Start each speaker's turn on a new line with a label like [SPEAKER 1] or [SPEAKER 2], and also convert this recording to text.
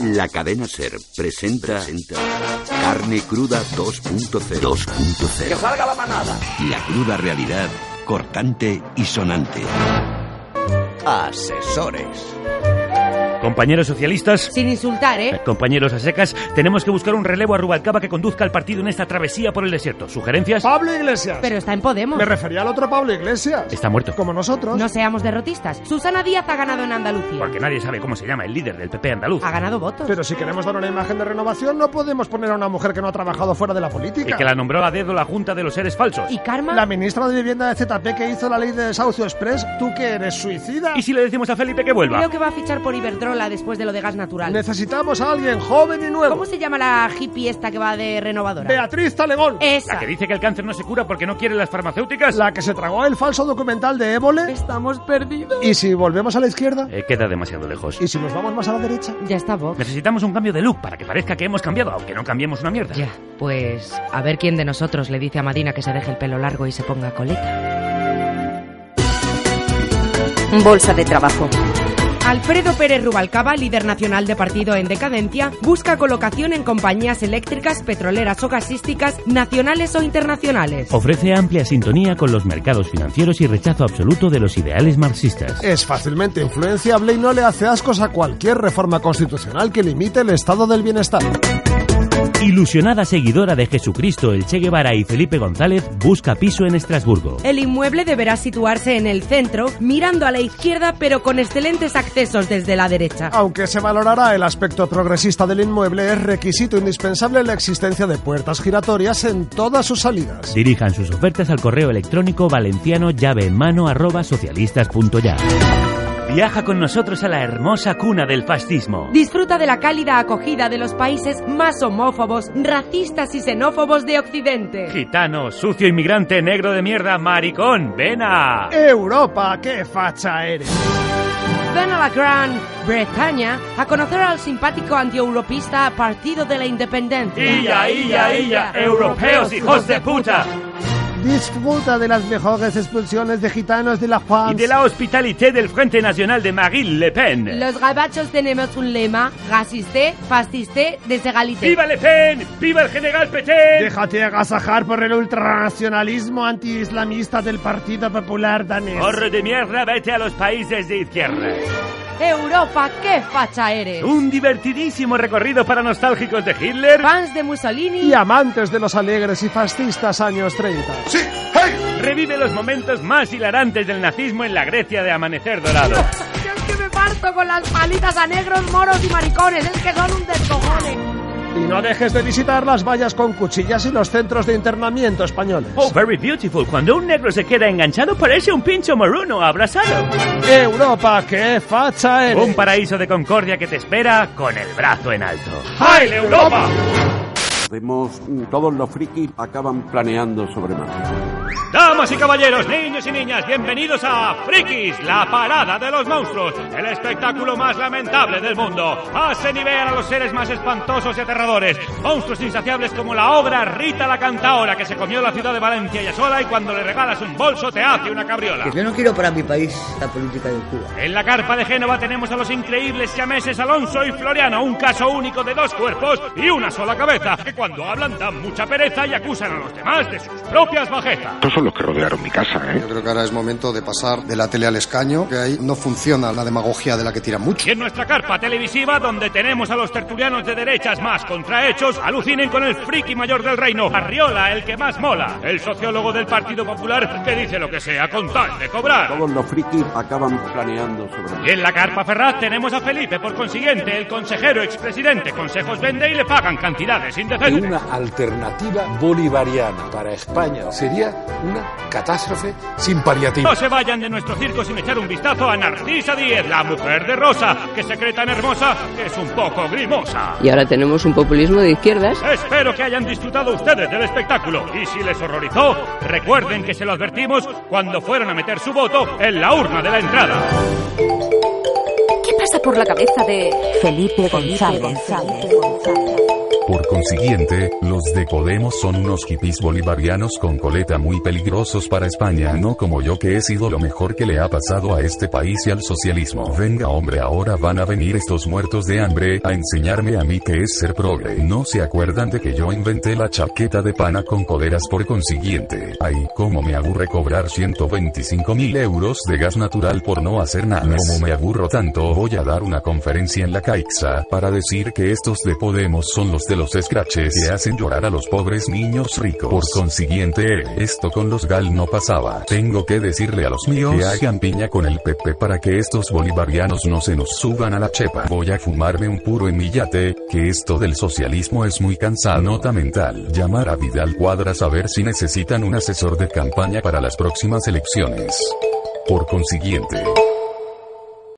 [SPEAKER 1] La cadena Ser presenta, presenta Carne Cruda 2.0. 2.0.
[SPEAKER 2] ¡Que salga la manada!
[SPEAKER 1] La cruda realidad, cortante y sonante. Asesores.
[SPEAKER 3] Compañeros socialistas,
[SPEAKER 4] Sin insultar, ¿eh?
[SPEAKER 3] compañeros a secas, tenemos que buscar un relevo a Rubalcaba que conduzca al partido en esta travesía por el desierto. ¿Sugerencias?
[SPEAKER 5] Ah.
[SPEAKER 6] Pablo Iglesias.
[SPEAKER 4] Pero está en Podemos.
[SPEAKER 6] Me refería al otro Pablo Iglesias.
[SPEAKER 3] Está muerto.
[SPEAKER 6] Como nosotros.
[SPEAKER 4] No seamos derrotistas. Susana Díaz ha ganado en Andalucía.
[SPEAKER 3] Porque nadie sabe cómo se llama el líder del PP andaluz.
[SPEAKER 4] Ha
[SPEAKER 5] Ah,
[SPEAKER 4] ganado votos.
[SPEAKER 6] Pero si queremos dar una imagen de renovación, no podemos poner a una mujer que no ha trabajado fuera de la política.
[SPEAKER 3] El que la nombró a dedo la Junta de los Seres Falsos.
[SPEAKER 4] ¿Y Karma?
[SPEAKER 6] La ministra de Vivienda de ZP que hizo la ley de desahucio express, ¿tú que eres suicida?
[SPEAKER 3] ¿Y si le decimos a Felipe que vuelva?
[SPEAKER 4] Creo que va a fichar por Iberdrola después de lo de gas natural.
[SPEAKER 6] Necesitamos a alguien joven y nuevo.
[SPEAKER 4] ¿Cómo se llama la hippie esta que va de renovadora?
[SPEAKER 6] Beatriz Talegón.
[SPEAKER 4] Esa.
[SPEAKER 3] La que dice que el cáncer no se cura porque no quiere las farmacéuticas.
[SPEAKER 6] La que se tragó el falso documental de Évole.
[SPEAKER 4] Estamos perdidos.
[SPEAKER 6] ¿Y si volvemos a la izquierda?
[SPEAKER 3] Eh, queda demasiado lejos.
[SPEAKER 6] ¿Y si nos vamos más a la derecha?
[SPEAKER 4] Ya está Vox.
[SPEAKER 3] Necesitamos un cambio de look para que parezca que hemos cambiado, aunque no cambiemos una mierda.
[SPEAKER 7] Ya, pues a ver quién de nosotros le dice a Madina que se deje el pelo largo y se ponga coleta.
[SPEAKER 8] Bolsa de trabajo.
[SPEAKER 4] Alfredo Pérez Rubalcaba, líder nacional de partido en decadencia, busca colocación en compañías eléctricas, petroleras o gasísticas, nacionales o internacionales.
[SPEAKER 3] Oh.
[SPEAKER 5] Ofrece amplia sintonía con los mercados financieros y rechazo absoluto de los ideales marxistas.
[SPEAKER 6] Es fácilmente influenciable y no le hace ascos a cualquier reforma constitucional que limite el estado del bienestar.
[SPEAKER 5] Ilusionada seguidora de Jesucristo, el Che Guevara y Felipe González busca piso en Estrasburgo.
[SPEAKER 4] El inmueble deberá situarse en el centro, mirando a la izquierda pero con excelentes accesos desde la derecha.
[SPEAKER 6] Aunque se valorará el aspecto progresista del inmueble, es requisito indispensable la existencia de puertas giratorias en todas sus salidas.
[SPEAKER 5] Dirijan sus ofertas al correo electrónico valenciano llave en mano arroba socialistas punto ya.
[SPEAKER 3] Viaja con nosotros a la hermosa cuna del fascismo.
[SPEAKER 4] Disfruta de la cálida acogida de los países más homófobos, racistas y xenófobos de Occidente.
[SPEAKER 3] Gitano, sucio inmigrante, negro de mierda, maricón, vena.
[SPEAKER 6] Europa, qué facha eres.
[SPEAKER 4] Ven a la Gran Bretaña a conocer al simpático antieuropista Partido de la Independencia.
[SPEAKER 3] Illa, illa, illa, europeos, hijos de puta.
[SPEAKER 6] Disfruta de las mejores expulsiones de gitanos de la
[SPEAKER 3] Y
[SPEAKER 6] France.
[SPEAKER 3] de la hospitalité del Frente Nacional de Marine Le Pen.
[SPEAKER 4] Los gabachos tenemos un lema, raciste, fasciste, desegalité.
[SPEAKER 3] ¡Viva Le Pen! ¡Viva el general Petén!
[SPEAKER 6] Déjate agasajar por el ultranacionalismo antiislamista del Partido Popular danés.
[SPEAKER 3] Horro de mierda, vete a los países de izquierda.
[SPEAKER 4] Europa, qué facha eres.
[SPEAKER 3] Un divertidísimo recorrido para nostálgicos de Hitler.
[SPEAKER 4] Fans de Mussolini.
[SPEAKER 6] Y amantes de los alegres y fascistas años 30.
[SPEAKER 3] Revive los momentos más hilarantes del nazismo en la Grecia de Amanecer Dorado.
[SPEAKER 4] Es que me parto con las palitas a negros, moros y maricones. Es que son un descojone.
[SPEAKER 6] Y no dejes de visitar las vallas con cuchillas y los centros de internamiento españoles.
[SPEAKER 3] Oh, very beautiful. Cuando un negro se queda enganchado parece un pincho moruno abrazado.
[SPEAKER 6] Europa, qué facha eres.
[SPEAKER 3] Un paraíso de concordia que te espera con el brazo en alto. ¡Hail Europa!
[SPEAKER 2] Vemos, mm, todos los frikis acaban planeando sobre más.
[SPEAKER 3] Damas y caballeros, niños y niñas, bienvenidos a Frikis, la parada de los monstruos, el espectáculo más lamentable del mundo. Hacen y vean a los seres más espantosos y aterradores, monstruos insaciables como la obra Rita la Cantaora, que se comió la ciudad de Valencia ya sola y cuando le regalas un bolso te hace una cabriola.
[SPEAKER 9] Yo no quiero para mi país la política de Cuba.
[SPEAKER 3] En la carpa de Génova tenemos a los increíbles siameses Alonso y Floriano, un caso único de dos cuerpos y una sola cabeza, que cuando hablan dan mucha pereza y acusan a los demás de sus propias bajezas.
[SPEAKER 10] Estos son los que rodearon mi casa, ¿eh?
[SPEAKER 11] Yo creo que ahora es momento de pasar de la tele al escaño, que ahí no funciona la demagogia de la que tiran mucho.
[SPEAKER 3] Y en nuestra carpa televisiva, donde tenemos a los tertulianos de derechas más contrahechos, alucinen con el friki mayor del reino, Arriola, el que más mola, el sociólogo del Partido Popular, que dice lo que sea con tal de cobrar.
[SPEAKER 2] Todos los frikis acaban planeando sobre más.
[SPEAKER 3] Y en la carpa Ferraz tenemos a Felipe, por consiguiente, el consejero expresidente. Consejos vende y le pagan cantidades indecentes.
[SPEAKER 10] alternativa bolivariana para España sería una catástrofe sin paliativo.
[SPEAKER 3] No se vayan de nuestro circo sin echar un vistazo a Narcisa Díez, la mujer de Rosa, que se cree tan hermosa que es un poco grimosa.
[SPEAKER 8] Y ahora tenemos un populismo de izquierdas.
[SPEAKER 3] Espero que hayan disfrutado ustedes del espectáculo y si les horrorizó, recuerden que se lo advertimos cuando fueron a meter su voto en la urna de la entrada.
[SPEAKER 8] ¿Qué pasa por la cabeza de
[SPEAKER 7] Felipe
[SPEAKER 8] Felipe González?
[SPEAKER 12] Por consiguiente, los de Podemos son unos hippies bolivarianos con coleta muy peligrosos para España, no como yo que he sido lo mejor que le ha pasado a este país y al socialismo. Venga hombre, ahora van a venir estos muertos de hambre a enseñarme a mí que es ser progre. No se acuerdan de que yo inventé la chaqueta de pana con coderas por consiguiente. Ay, cómo me aburre cobrar 125 mil euros de gas natural por no hacer nada. Como me aburro tanto, voy a dar una conferencia en la Caixa para decir que estos de Podemos son los de los escraches que hacen llorar a los pobres niños ricos. Por consiguiente, esto con los GAL no pasaba. Tengo que decirle a los míos que hagan piña con el PP para que estos bolivarianos no se nos suban a la chepa. Voy a fumarme un puro en mi yate, que esto del socialismo es muy cansado. Nota mental. Llamar a Vidal Cuadras a ver si necesitan un asesor de campaña para las próximas elecciones. Por consiguiente.